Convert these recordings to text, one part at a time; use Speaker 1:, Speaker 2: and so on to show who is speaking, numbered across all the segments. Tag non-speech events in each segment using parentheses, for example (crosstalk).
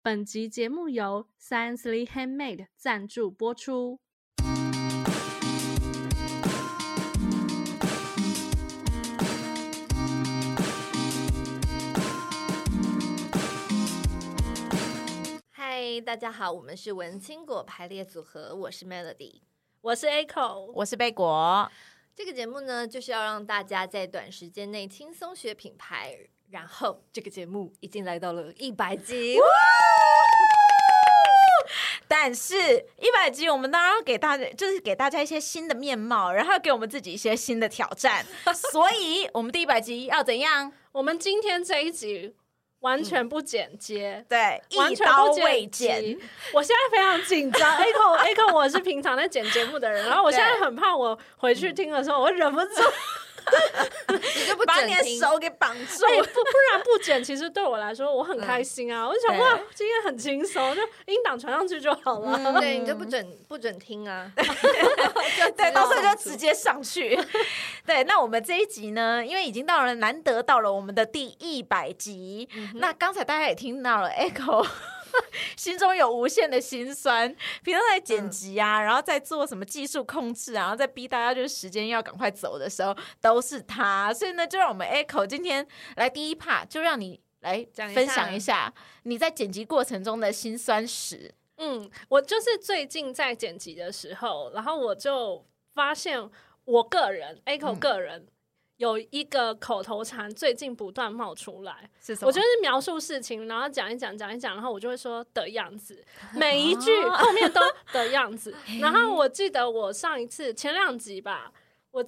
Speaker 1: 本集节目由 Sciencely Handmade 赞助播出。
Speaker 2: 嗨，大家好，我们是文青果排列组合，我是 Melody。
Speaker 1: 我是 Echo，
Speaker 3: 我是贝果，
Speaker 2: 这个节目呢，就是要让大家在短时间内轻松学品牌。然后，这个节目已经来到了一百集，
Speaker 3: 但是一百集我们当然要给大家，就是给大家一些新的面貌，然后给我们自己一些新的挑战，所以我们第一百集要怎样？
Speaker 1: 我们今天这一集完全不剪 (laughs) 接。
Speaker 3: 对，
Speaker 1: 完
Speaker 3: 一
Speaker 1: 全
Speaker 3: 刀
Speaker 1: 不
Speaker 3: 未
Speaker 1: 剪
Speaker 3: 剪
Speaker 1: 辑，，我现在非常紧 (laughs) 张。Echo Echo，我是平常在剪节目的人，然后我现在
Speaker 3: 对
Speaker 1: 很怕我回去听的时候，我忍不住。
Speaker 2: 你就不
Speaker 3: 把
Speaker 2: 整
Speaker 3: 你的
Speaker 2: 听
Speaker 3: 手给绑住。
Speaker 1: 哎，不不然不剪，其实对我来说我很开心啊！我就想
Speaker 3: 对
Speaker 1: 哇，今天很轻松，就音档传上去就好了。
Speaker 3: 嗯
Speaker 2: 哎对，你就不准不准听啊！ (laughs)
Speaker 3: 对，到时候
Speaker 2: 上
Speaker 3: 就
Speaker 2: 去
Speaker 3: 直接上去。 (laughs) 对，那我们这一集呢，因为已经到了难得到了我们的第一百集，那刚才大家也听到了 Echo (laughs) 心中有无限的心酸，平常在剪辑啊，然后在做什么技术控制啊，然后在逼大家就是时间要赶快走的时候，都是他。所以呢，就让我们 Echo 今天来第一 part，就让你。来
Speaker 2: 讲一下
Speaker 3: 分享一下你在剪辑过程中的辛酸史。
Speaker 1: 嗯，我就是最近在剪辑的时候，然后我就发现我个人 Echo 个人。有一个口头禅最近不断冒出来，
Speaker 3: 是什
Speaker 1: 我就是描述事情，然后讲一讲，讲一讲，然后我就会说的样子，每一句
Speaker 3: 啊
Speaker 1: 后面都的样子。然后我记得我上一次前两集吧，我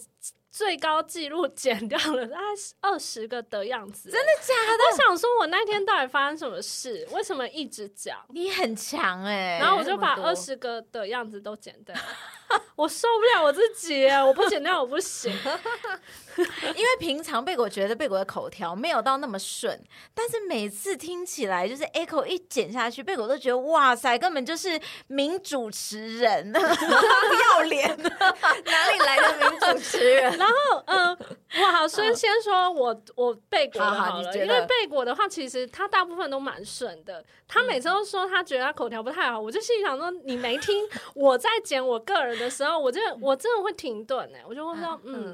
Speaker 1: 最高纪录减掉了大概二十个的样子，真的
Speaker 3: 假的？
Speaker 1: 我想说，我那天到底发生什么事？为什么一直讲？
Speaker 3: 你很强哎、
Speaker 1: 然后我就把
Speaker 2: 那么
Speaker 1: 二
Speaker 2: 多
Speaker 1: 十个的样子都剪掉，我受不了我自己耶，我不剪掉我不行。
Speaker 3: 因为平常贝果觉得贝果的口条没有到那么顺，但是每次听起来就是 echo 一剪下去，贝果都觉得哇塞，根本就是名主持人， (laughs) 不要脸。
Speaker 2: 哪里来的名主持人？
Speaker 1: 然后，嗯，我好先先说我我贝果的
Speaker 3: 好好
Speaker 1: 好
Speaker 3: 你
Speaker 1: 了，
Speaker 3: 觉
Speaker 1: 因
Speaker 3: 得
Speaker 1: 为贝果的话，其实他大部分都蛮顺的。他每次都说他觉得他口条不太好，我就心里想说，你没听我在剪我个人的时候，我真的我真的会停顿哎，我就会说，
Speaker 2: 嗯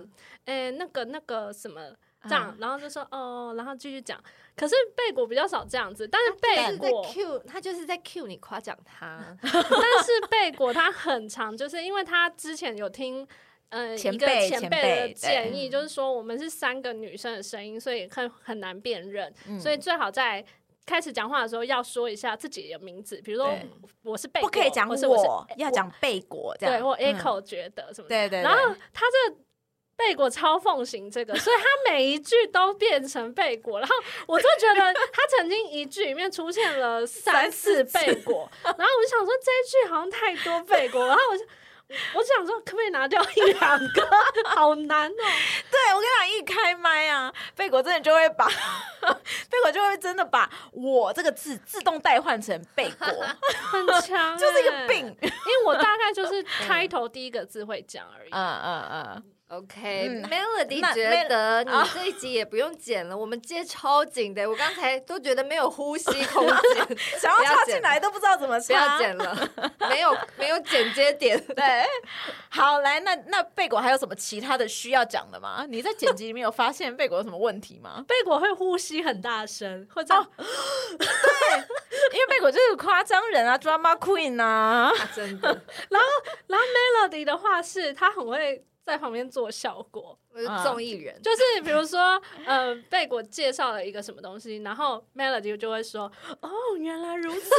Speaker 1: 嗯，哎，那个那个什么。这样，然后就说哦，然后继续讲。可是贝果比较少这样子，但是
Speaker 2: 他
Speaker 1: (laughs) 贝
Speaker 2: 就是在
Speaker 1: 果
Speaker 2: Q，他就是在 Q 你夸奖他，
Speaker 1: 但是贝果他很长，就是因为他之前有听。呃，
Speaker 3: 前
Speaker 1: 一个
Speaker 3: 辈
Speaker 1: 前
Speaker 3: 前
Speaker 1: 辈的
Speaker 3: 辈
Speaker 1: 建
Speaker 3: 对嗯
Speaker 1: 议就是说，我们是三个女生的声音，所以很很难辨认，
Speaker 3: 嗯
Speaker 1: 所以最好在开始讲话的时候要说一下自己的名字，比如说
Speaker 3: 对
Speaker 1: 我是贝
Speaker 3: 不
Speaker 1: 果，
Speaker 3: 可以讲
Speaker 1: 我
Speaker 3: 我，
Speaker 1: 是我是
Speaker 3: 要讲贝果这样。
Speaker 1: 对，或
Speaker 3: 嗯
Speaker 1: echo 觉得什么的。
Speaker 3: 对对对，
Speaker 1: 然后他这个贝果超奉行这个，所以他每一句都变成贝果。然后我就觉得他曾经一句里面出现了三
Speaker 3: 三
Speaker 1: 次
Speaker 3: 四次
Speaker 1: 贝果，然后我就想说这一句好像太多贝果，然后我就。我想说，可不可以拿掉一两个？好难哦、
Speaker 3: 对我跟你讲，一开麦啊，贝果真的就会把 (laughs) 贝果就会真的把我这个字自动代换成贝果，
Speaker 1: 很强、
Speaker 3: (laughs)
Speaker 1: 欸
Speaker 3: 就是一个。病。
Speaker 1: 因为我大概
Speaker 3: (laughs)
Speaker 1: 就是开头第一个字会讲而已。？
Speaker 3: 嗯嗯嗯，嗯
Speaker 2: OK，Melody、
Speaker 3: 那啊
Speaker 2: 觉得你这一集也不用剪了，我们接超紧的，我刚才都觉得没有呼
Speaker 3: (laughs)
Speaker 2: 吸空间，
Speaker 3: 想要
Speaker 2: 不要
Speaker 3: 插
Speaker 2: 剪
Speaker 3: 进来都不知道怎么
Speaker 2: 不
Speaker 3: 插。
Speaker 2: 要剪了，
Speaker 3: (laughs)
Speaker 2: 没有没有剪接点。
Speaker 3: 对，好，来，那那贝果还有什么其他的需要讲的吗？你在剪辑里面有发现贝果有什么问题吗
Speaker 1: 贝果会呼吸很大声，或者、
Speaker 3: 哦因为贝果就是夸张人啊，drama queen 啊，
Speaker 2: 啊真的，
Speaker 1: 然后 Melody 的话是，他很会在旁边做效果。
Speaker 2: 我是综艺人，
Speaker 1: 就是比如说，呃，贝果介绍了一个什么东西，然后 Melody 就会说：“哦，原来如
Speaker 2: (laughs)
Speaker 1: 此。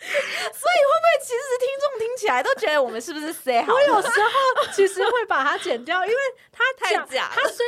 Speaker 3: 所以会不会其实听众听起来都觉得我们是不是 say 好”？
Speaker 1: 有时候其实会把它剪掉，因为他讲
Speaker 2: 太假了
Speaker 1: 他虽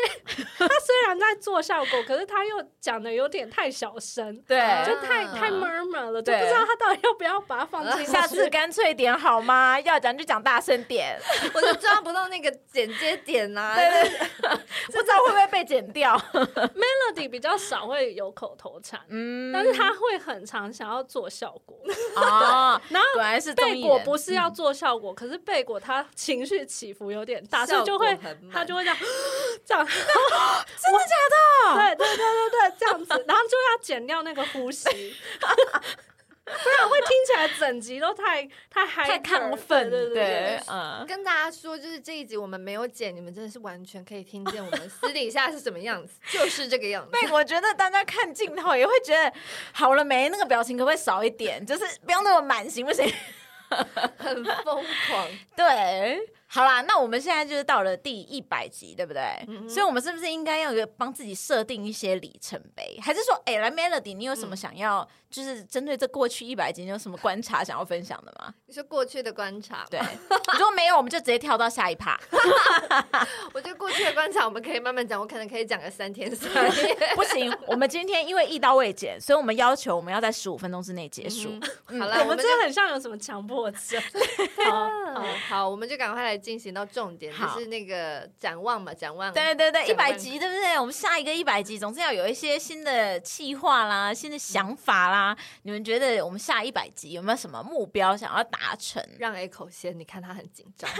Speaker 1: 他虽然在做效果，可是他又讲的有点太小
Speaker 2: (laughs)
Speaker 1: 声，
Speaker 3: 对，
Speaker 1: 就太
Speaker 2: 啊
Speaker 1: 太 murmur 了，就
Speaker 3: 对
Speaker 1: 不知道他到底要不要把它放
Speaker 2: (laughs)
Speaker 1: 进去。
Speaker 3: 下次干脆点好吗？要讲就讲大声
Speaker 1: (laughs)
Speaker 3: 点，
Speaker 2: 我就抓不到那个剪接点啊呐、
Speaker 3: (laughs) 对对对，不知道会不会被剪掉？
Speaker 1: Melody 比较少会有口头禅，
Speaker 3: 嗯
Speaker 1: (laughs) 但是他会很常想要做效
Speaker 2: (laughs)
Speaker 1: 果。
Speaker 3: 哦，
Speaker 1: 然后
Speaker 3: 果然是综
Speaker 1: 贝
Speaker 3: 艺
Speaker 1: 果
Speaker 3: 人
Speaker 1: 不是要做效果，可是贝果他情绪起伏有点大，
Speaker 2: 效
Speaker 1: 所以
Speaker 2: 果
Speaker 1: 就会
Speaker 2: 很慢
Speaker 1: 他就会这样， (gasps) 这样，
Speaker 3: 嗯 (gasps) 真的假的？
Speaker 1: 对对对对对，这样子，然后就要减掉那个呼吸， (laughs) 不然会听起来整集都太太嗨
Speaker 3: 太亢奋，
Speaker 1: 对对
Speaker 3: 对
Speaker 1: 对，，
Speaker 3: 嗯，
Speaker 2: 跟大家说，就是这一集我们没有剪，你们真的是完全可以听见我们私底下是什么样
Speaker 3: (laughs)
Speaker 2: 子，就是这个样子。
Speaker 3: 但我觉得大家看镜头也会觉得，好了没？那个表情可不可以少一点？就是不要那么满，行不行？ (laughs)
Speaker 2: 很疯狂，
Speaker 3: 对，好啦，那我们现在就是到了第一百集，对不对？所以，我们是不是应该要有帮自己设定一些里程碑？还是说，哎、来 Melody，你有什么想要，就是针对这过去一百集，你有什么观察想要分享的吗？
Speaker 2: 你说过去的观察，
Speaker 3: 对，，如果没有，我们就直接跳到下一趴。
Speaker 2: 我觉得过去的观察我们可以慢慢讲，我可能可以讲个三天三
Speaker 1: (laughs)
Speaker 2: 夜。
Speaker 3: 不行，我们今天因为一刀未剪，所以我们要求我们要在十五分钟之内结束。
Speaker 2: 嗯好了，
Speaker 1: 我们
Speaker 2: 就
Speaker 1: 真的很像有什么强迫症。
Speaker 3: (laughs) 啊
Speaker 1: 好
Speaker 2: 好好，我们就赶快来进行到重点，就
Speaker 3: 好
Speaker 2: 是那个展望嘛，展望。
Speaker 3: 对对对，一
Speaker 2: 展望
Speaker 3: 百集对不对？我们下一个一百集，总是要有一些新的计划
Speaker 1: 嗯
Speaker 3: 啦、新的想法啦。你们觉得我们下一百集有没有什么目标想要达成？
Speaker 2: 让 A 口先，你看他很紧
Speaker 1: (laughs)
Speaker 2: 张，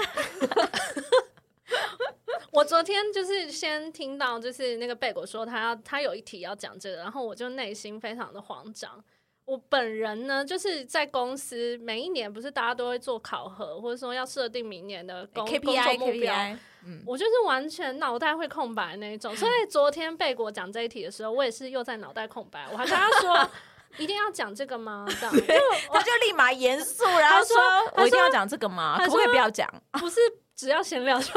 Speaker 1: 我昨天就是先听到，就是那个贝果说他要他有一题要讲这个，然后我就内心非常的慌张。我本人呢，就是在公司每一年不是大家都会做考核，或者说要设定明年的工工
Speaker 3: KPI
Speaker 1: 作目标。
Speaker 3: KPI，嗯，
Speaker 1: 我就是完全脑袋会空白那一种，所以昨天贝果讲这一题的时候，我也是又在脑袋空白。我还跟他说，一定要讲这个吗？这样，因为我
Speaker 3: 他就立马严肃，然后说
Speaker 1: 他说：“
Speaker 3: 我一定要讲这个吗？
Speaker 1: 他
Speaker 3: 可
Speaker 1: 说嗯
Speaker 3: 不可以不要讲
Speaker 1: 不是只要闲聊就？”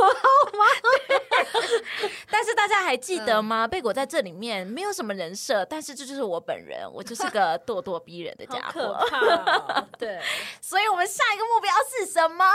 Speaker 3: 但是大家还记得吗？贝果在这里面没有什么人设，但是这就是我本人，我就是个咄咄逼人的
Speaker 1: 好
Speaker 3: 家
Speaker 1: 可
Speaker 3: 伙。
Speaker 1: 怕哦、对，
Speaker 3: 所以我们下一个目标是什么？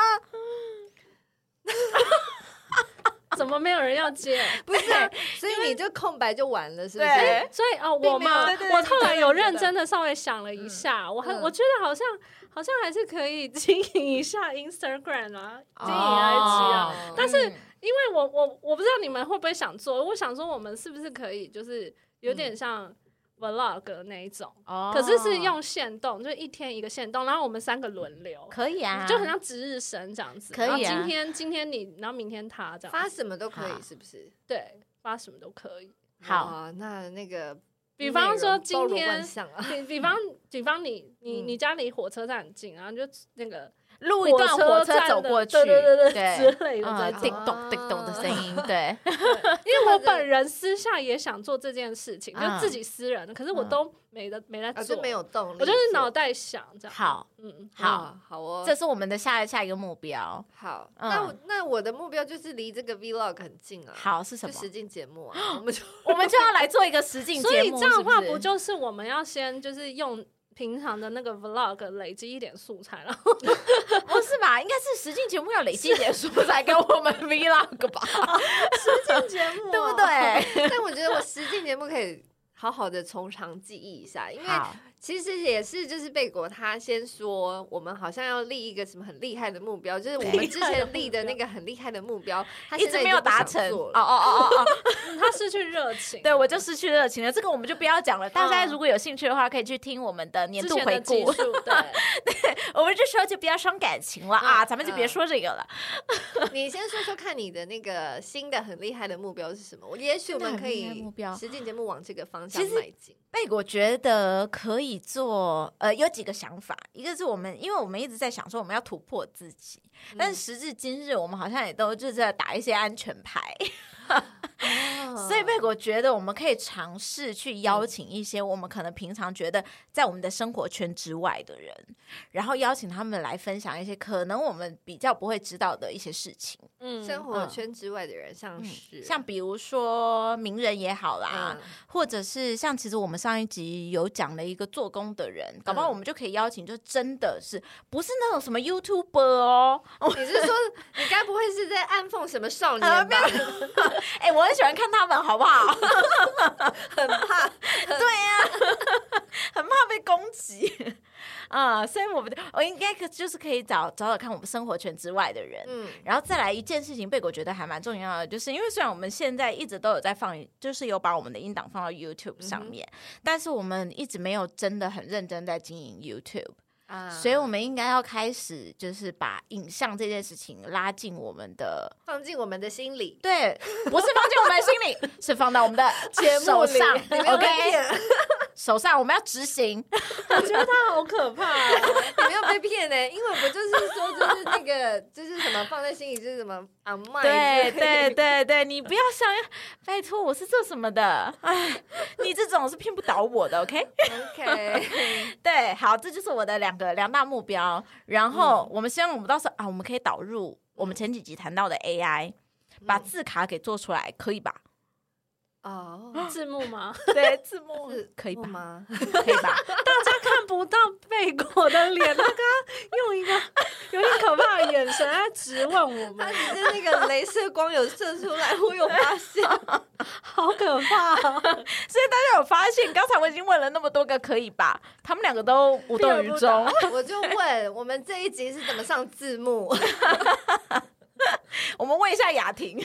Speaker 1: 怎么没有人要接？
Speaker 2: 不是啊？所以你就空白就完了，是不
Speaker 3: 对
Speaker 2: 是？
Speaker 1: 所以哦，
Speaker 2: 并
Speaker 1: 我
Speaker 2: 没有
Speaker 1: 嘛
Speaker 2: 对对，对
Speaker 1: 我
Speaker 2: 你
Speaker 1: 后来
Speaker 2: 真的
Speaker 1: 有
Speaker 2: 觉
Speaker 1: 认
Speaker 2: 得
Speaker 1: 真的稍微想了一下，我还
Speaker 2: 嗯
Speaker 1: 我觉得好像好像还是可以经营一下 Instagram 啊，经营 IG 啊。
Speaker 2: 哦
Speaker 1: 但是
Speaker 3: 嗯
Speaker 1: 因为我我我不知道你们会不会想做，我想说我们是不是可以就是有点像 vlog 那一种，
Speaker 3: 嗯哦
Speaker 1: 可是是用限动，就一天一个限动，然后我们三个轮流，
Speaker 3: 可以啊，
Speaker 1: 就很像值日生这样子。
Speaker 3: 可以啊
Speaker 1: 然后今天今天你，然后明天他这样
Speaker 2: 发
Speaker 1: 子，
Speaker 2: 什么都可
Speaker 3: 好
Speaker 2: 以，是不是？
Speaker 1: 对，发什么都可以。
Speaker 3: 好
Speaker 2: 哇，那那个
Speaker 1: 比方说今
Speaker 2: 内容包罗
Speaker 1: 天
Speaker 2: 万象
Speaker 1: (laughs)
Speaker 2: 啊，
Speaker 1: 比比方，比方你你
Speaker 2: 嗯
Speaker 1: 你家离火车站很近，然后你就那个
Speaker 3: 录一段火车
Speaker 1: 站
Speaker 3: 走
Speaker 1: 的
Speaker 3: 过去，
Speaker 1: 对对
Speaker 3: 对
Speaker 1: 对之类的啊这
Speaker 3: 嗯，
Speaker 1: 种
Speaker 3: 叮咚叮咚的声音，对，
Speaker 1: 因为我本人私下也想做这件事情，
Speaker 3: 嗯
Speaker 1: 就自己私人的，可是我都没的没在
Speaker 2: 啊，
Speaker 1: 做，
Speaker 2: 就没有动力做，
Speaker 1: 我就是脑袋想这样，
Speaker 3: 好
Speaker 1: 嗯，
Speaker 3: 好，
Speaker 2: 哇，好哦，
Speaker 3: 这是我们的下下一个目标。
Speaker 2: 好。
Speaker 3: 嗯
Speaker 2: 那我那我的目标就是离这个 vlog 很近啊，，
Speaker 3: 好是什
Speaker 2: 就
Speaker 3: 么？
Speaker 2: 实境节目啊，我们就
Speaker 3: (laughs) 我们就要来做一个实境 (laughs)
Speaker 1: 所
Speaker 3: 节
Speaker 1: 以
Speaker 3: 目，
Speaker 1: 这样的话
Speaker 3: 是 (laughs)
Speaker 1: 不
Speaker 3: 是
Speaker 1: 就是我们要先就是用平常的那个 vlog 累积一点素材，然 (laughs) 后
Speaker 3: 不是吧？应该是实境节目要累积一点素材给我们 vlog 吧，
Speaker 1: 进节目
Speaker 3: 对不？对？
Speaker 2: 啊 (laughs) 但我觉得我实境节目可以好好的从长计议一下，因为
Speaker 3: 好，
Speaker 2: 其实也是，就是贝果他先说，我们好像要立一个什么很厉害的目标，就是我们之前立的那个很厉害的目标，他
Speaker 3: 一
Speaker 2: 现在已
Speaker 3: 直没
Speaker 2: 经
Speaker 3: 有
Speaker 2: 不
Speaker 3: 达
Speaker 2: 想
Speaker 3: 成。
Speaker 2: 做
Speaker 3: 哦哦
Speaker 2: 了
Speaker 3: 哦哦哦，
Speaker 1: 他失去热情，
Speaker 3: 对我就失去热情了。这个我们就不要讲了。大家如果有兴趣的话，可以去听我们的年
Speaker 1: 之
Speaker 3: 度
Speaker 1: 前
Speaker 3: 回
Speaker 1: 的技
Speaker 3: 顾。
Speaker 1: 术， (laughs) 对。
Speaker 3: (laughs) 我们这时候就不要伤感情了啊，
Speaker 2: 嗯
Speaker 3: 咱们就别
Speaker 2: 嗯
Speaker 3: 说这个了。
Speaker 2: 你先说说看你的那个新的很厉害的目标是什么？我也许我们可
Speaker 3: 新的很厉害
Speaker 2: 以
Speaker 3: 的目标
Speaker 2: 实践节目往这个方向
Speaker 3: 其实
Speaker 2: 迈进。
Speaker 3: 贝果觉得可以做，呃，有几个想法，一个是我们，因为我们一直在想说我们要突破自己，但是时至今日，我们好像也都就是在打一些安全牌， (laughs) 所
Speaker 2: 嗯
Speaker 3: 以贝果觉得我们可以尝试去邀请一些我们可能平常觉得在我们的生活圈之外的人，然后邀请他们来分享一些可能我们比较不会知道的一些事情，
Speaker 1: 嗯
Speaker 2: 生活圈之外的人，像是
Speaker 3: 像比如说名人也好啦，
Speaker 2: 嗯
Speaker 3: 或者是像其实我们上一集有讲了一个做工的人，搞
Speaker 2: 嗯
Speaker 3: 不好我们就可以邀请，就真的是不是那种什么 YouTuber 哦？
Speaker 2: 你是说你该不会是在暗讽什么少
Speaker 3: 呃
Speaker 2: 年
Speaker 3: 没有
Speaker 2: 吧？
Speaker 3: 哎、我很喜欢看他们，好不好？
Speaker 2: (laughs) 很
Speaker 3: (laughs)
Speaker 2: 怕，
Speaker 3: 很怕被攻击啊、所以我们我应该可就是可以找找找看我们生活圈之外的人。
Speaker 2: 嗯，
Speaker 3: 然后再来一件事情，贝果觉得还蛮重要的，就是因为虽然我们现在一直都有在放，就是有把我们的音档
Speaker 2: 嗯
Speaker 3: 放到 YouTube 上面，但是我们一直没有真的很认真在经营 YouTube。
Speaker 2: 啊
Speaker 3: 所以我们应该要开始，就是把影像这件事情拉进我们的，
Speaker 2: 放进我们的心
Speaker 3: (laughs)
Speaker 2: 里。
Speaker 3: 对，不是放进我们的心里， (laughs) 是放到我们的
Speaker 2: (laughs) 节目
Speaker 3: 手
Speaker 2: 里
Speaker 3: (laughs) 上
Speaker 2: 你没有被
Speaker 3: ，OK，
Speaker 2: 骗， (laughs)
Speaker 3: 手上我们要执行，
Speaker 1: 我觉得他好可怕、哦。
Speaker 2: 你没有被骗呢、因为我就是说，就是那个，就是什么放在心里，就是什么啊卖。
Speaker 3: 对对对对，你不要想，拜托，我是做什么的？ (laughs) 哎，你这种是骗不倒我的，OK？ (laughs)
Speaker 2: ，OK， (laughs)
Speaker 3: 对，好，这就是我的两个两大目标。然后我们希望我们到时候啊，我们可以导入我们前几集谈到的 AI，把
Speaker 2: 嗯
Speaker 3: 字卡给做出来，可以吧？
Speaker 2: 哦，
Speaker 1: 字幕吗？
Speaker 3: 对，字幕
Speaker 2: 是
Speaker 3: (laughs) 可以吧？
Speaker 2: 吗？ (laughs)
Speaker 3: 可以 (laughs) 吧？
Speaker 1: 大家看不到贝果的脸，他刚刚用一个有点可怕的眼神在质问我
Speaker 2: 他
Speaker 1: 们，
Speaker 2: 只是那个镭射光有射出来，我有发现。
Speaker 1: 好可怕、哦！
Speaker 3: 所以大家有发现，刚才我已经问了那么多个可以吧？他们两个都无动于
Speaker 1: 避而不
Speaker 3: 衷 (laughs)
Speaker 1: 答。
Speaker 2: 我就问我们这一集是怎么上字幕？
Speaker 3: 我们问一下雅婷。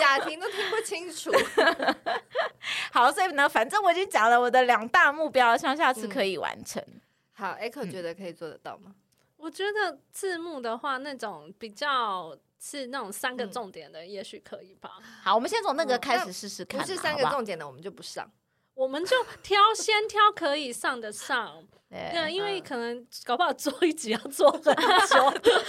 Speaker 2: 雅婷都听不清楚。 (laughs)
Speaker 3: 好，所以呢，反正我已经讲了我的两大目标，希望下次可以完成。
Speaker 2: 好，Echo
Speaker 3: 嗯
Speaker 2: 觉得可以做得到吗？
Speaker 1: (laughs) 我觉得字幕的话，那种比较是那种三个重点的，也许可以吧。
Speaker 3: 好，我们先从那个
Speaker 2: 嗯
Speaker 3: 开
Speaker 2: 那
Speaker 3: 始试试看
Speaker 2: 不
Speaker 3: 嘛，
Speaker 2: 是三个
Speaker 3: 好不好
Speaker 2: 重点的，我们就不上。
Speaker 1: 我们就挑先挑可以上的上，对，啊
Speaker 3: 对，
Speaker 1: 因为
Speaker 2: 嗯
Speaker 1: 可能搞不好做一集要做很久。
Speaker 3: (laughs)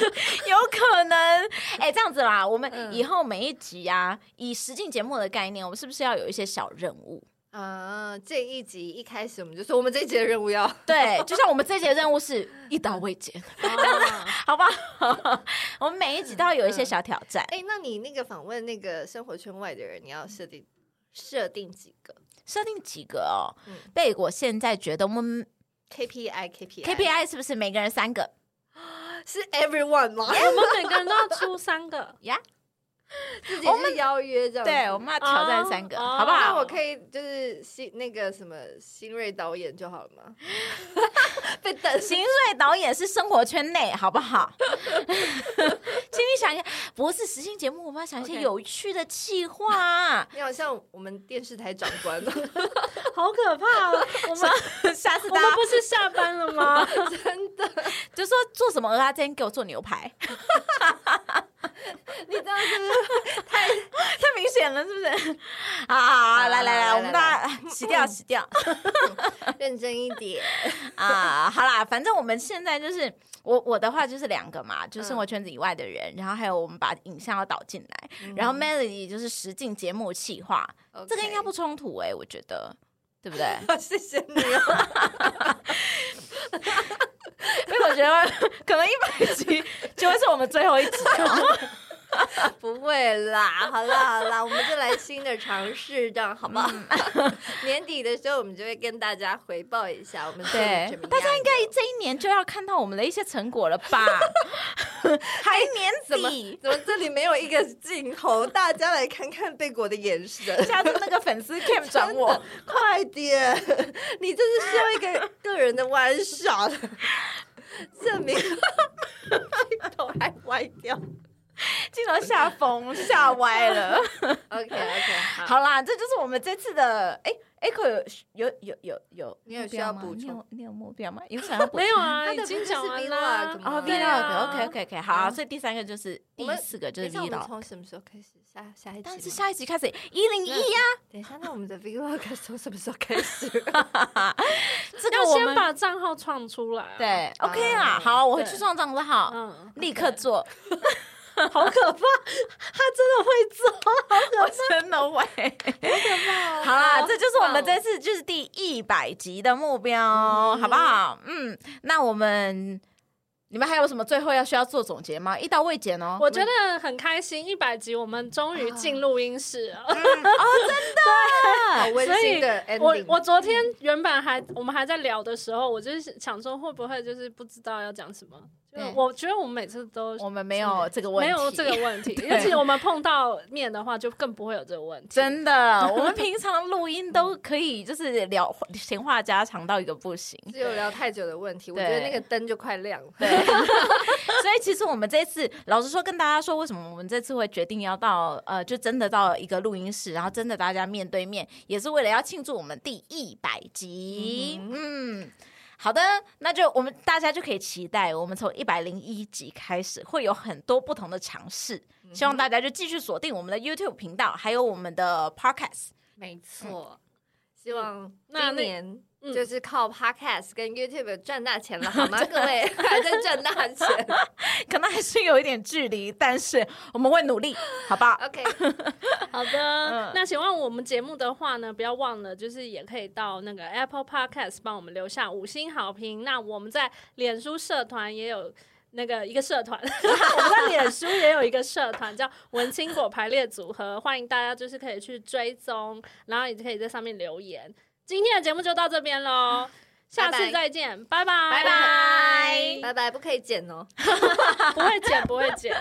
Speaker 3: 有可能。哎、这样子啦，我们
Speaker 2: 嗯
Speaker 3: 以后每一集啊，以实境节目的概念，我们是不是要有一些小任务？
Speaker 2: 啊，这一集一开始我们就说，我们这一集的任务要
Speaker 3: 对，就像我们这节任务是一刀未剪，
Speaker 1: 啊
Speaker 3: 好不好？ (laughs) 我们每一集都要有一些小挑战，
Speaker 2: 哎、那你那个访问那个生活圈外的人，你要设定设定几个
Speaker 3: 设定几个哦
Speaker 2: 嗯。
Speaker 3: 贝果现在觉得我们
Speaker 2: KPI KPI
Speaker 3: KPI 是不是每个人三个？
Speaker 2: (laughs) 是 everyone 吗？
Speaker 1: 我们每个人都要出三个，
Speaker 2: 自己是邀约这样子。
Speaker 3: 对，我们要挑战三个，
Speaker 1: 哦
Speaker 3: 好不
Speaker 2: 嗯那
Speaker 3: 好？
Speaker 2: 我可以就是新那个什么新锐导演就好了吗？ (laughs) 被 (laughs) 等
Speaker 3: 邢瑞导演是生活圈内，好
Speaker 2: (laughs)
Speaker 3: 不好？请你想一下，不是实境节目，我们要想一些
Speaker 1: OK
Speaker 3: 有趣的企划啊。
Speaker 2: 你好像我们电视台长官， (laughs)
Speaker 1: 好可怕、哦！我
Speaker 3: (laughs)
Speaker 1: 们
Speaker 3: 下次
Speaker 1: 我
Speaker 3: 大
Speaker 1: 们
Speaker 3: 家
Speaker 1: 不是下班了吗？
Speaker 2: 真的，
Speaker 3: (laughs) 就说做什么鹅啊，今天给我做牛排，
Speaker 2: 你这样是不是？
Speaker 3: (laughs) 太明显了，是不是？ (laughs) 好好好
Speaker 2: 好
Speaker 3: 来来来，嗯
Speaker 2: 来
Speaker 3: 我们大家 (laughs) 洗掉洗掉
Speaker 2: 认真一点，
Speaker 3: 啊！好啦，反正我们现在就是我我的话就是两个嘛，就是生活圈子以外的人，然后还有我们把影像要导进来，
Speaker 2: 嗯
Speaker 3: 然后 Melody 就是实境节目企划，这个应该不冲突哎、我觉得。对不对？
Speaker 2: 不， (laughs) 谢谢你哦。
Speaker 3: (laughs) 因为我觉得可能一百集就会是我们最后一集哦。
Speaker 2: 不会啦， (laughs) 好啦好啦，我们就来新的尝试，这样好不好？
Speaker 3: 嗯
Speaker 2: (laughs) 年底的时候，我们就会跟大家回报一下我们做得
Speaker 3: 对
Speaker 2: 怎么，样
Speaker 3: 大家应该这一年就要看到我们的一些成果了吧？还年
Speaker 2: 怎么
Speaker 3: 底，
Speaker 2: 怎么这里没有一个镜头？大家来看看贝果的眼神，
Speaker 3: (laughs) 下次那个粉丝 cam 转我，
Speaker 2: 快点！ (laughs) 你这是秀一个个人的玩耍，
Speaker 3: (laughs)
Speaker 2: 证明镜头还歪掉。
Speaker 3: 镜头吓疯吓歪了。
Speaker 2: OK OK，好，
Speaker 3: 好啦，这就是我们这次的哎。Echo 有有有有有，
Speaker 2: 你有
Speaker 3: 目
Speaker 2: 需要
Speaker 3: 标吗
Speaker 2: 补充
Speaker 3: 你有你有目标吗？有想要补充？
Speaker 1: (laughs) 没有啊，
Speaker 2: 他
Speaker 1: 已
Speaker 2: 的
Speaker 1: 经
Speaker 2: 不是
Speaker 1: 讲完啦
Speaker 2: vlog。吗
Speaker 3: 哦
Speaker 1: 对啊
Speaker 3: ，vlog，OK OK OK，好，
Speaker 2: 嗯
Speaker 3: 所以第三个就是
Speaker 2: 我
Speaker 3: 第
Speaker 2: 们
Speaker 3: 四个就
Speaker 2: 等
Speaker 3: 是
Speaker 2: 一下，我们
Speaker 3: vlog，
Speaker 2: 从什么时候开始？下下一集吗？
Speaker 3: 但是下一集啊开始一零一呀，
Speaker 2: 等一下，那我们的 Vlog 从什么时候开始？
Speaker 3: 这个
Speaker 1: 要
Speaker 3: 我
Speaker 1: 先
Speaker 3: 们
Speaker 1: 把账号创出来、啊。，
Speaker 3: 对，OK 哦
Speaker 2: 啊
Speaker 3: 啦，好，我会
Speaker 1: 对
Speaker 3: 去上账的号，
Speaker 1: 嗯，
Speaker 3: 立刻做， (laughs)
Speaker 1: 好可怕，他真的
Speaker 3: (laughs)
Speaker 1: 会做。
Speaker 3: 我真的会。好哦啦，这就是我们这次就是第一百集的目标，好不好？嗯，那我们你们还有什么最后要需要做总结吗？一刀未剪哦。
Speaker 1: 我觉得很开心，一百集我们终于进录音室了。
Speaker 2: 好温
Speaker 1: 所以
Speaker 2: 馨的
Speaker 1: (laughs) 我
Speaker 2: ending。
Speaker 1: 我昨天原本还我们还在聊的时候，我就是想说会不会就是不知道要讲什么。就
Speaker 3: 对
Speaker 1: 我觉得我们每次都
Speaker 3: 我们没有这个问
Speaker 1: 没
Speaker 3: 题，
Speaker 1: 有这个问题，
Speaker 3: 对
Speaker 1: 而且我们碰到面的话，就更不会有这个问题。
Speaker 3: 真的，我们平常录音都可以，就是聊闲话家常到一个不行。
Speaker 2: 只有聊太久的问题，我
Speaker 3: 对
Speaker 2: 觉得那个灯就快亮了。
Speaker 3: 对， (laughs) 所以其实我们这次，老实说，跟大家说，为什么我们这次会决定要到呃，就真的到一个录音室，然后真的大家面对面，也是为了要庆祝我们第一百集。嗯好的，那就我们大家就可以期待，我们从一百零一集开始会有很多不同的尝试，希望大家就继续锁定我们的 YouTube 频道，还有我们的 Podcast。
Speaker 1: 没
Speaker 2: 嗯
Speaker 1: 错，
Speaker 2: 希望
Speaker 1: 那
Speaker 2: 今
Speaker 1: 那
Speaker 2: 年
Speaker 1: 嗯
Speaker 2: 就是靠 podcast 跟 YouTube 赚大钱
Speaker 1: (laughs)
Speaker 2: 了，好吗？各位还在赚大钱
Speaker 3: 可能还是有一点距离，但是我们会努力，好不好？
Speaker 2: ？OK，
Speaker 1: 好的。
Speaker 2: 嗯
Speaker 1: 那喜欢我们节目的话呢，不要忘了，就是也可以到那个 Apple Podcast 帮我们留下五星好评。那我们在脸书社团也有。那个一个
Speaker 2: (laughs)
Speaker 1: 社团，我们在脸书也有一个社团叫“文青果排列组合”，欢迎大家就是可以去追踪，然后也可以在上面留言。今天的节目就到这边喽，下
Speaker 2: 拜
Speaker 1: 次
Speaker 2: 拜
Speaker 1: 再见，拜拜，
Speaker 2: 拜拜，不可以剪哦。
Speaker 1: (laughs) 不会剪，不会剪。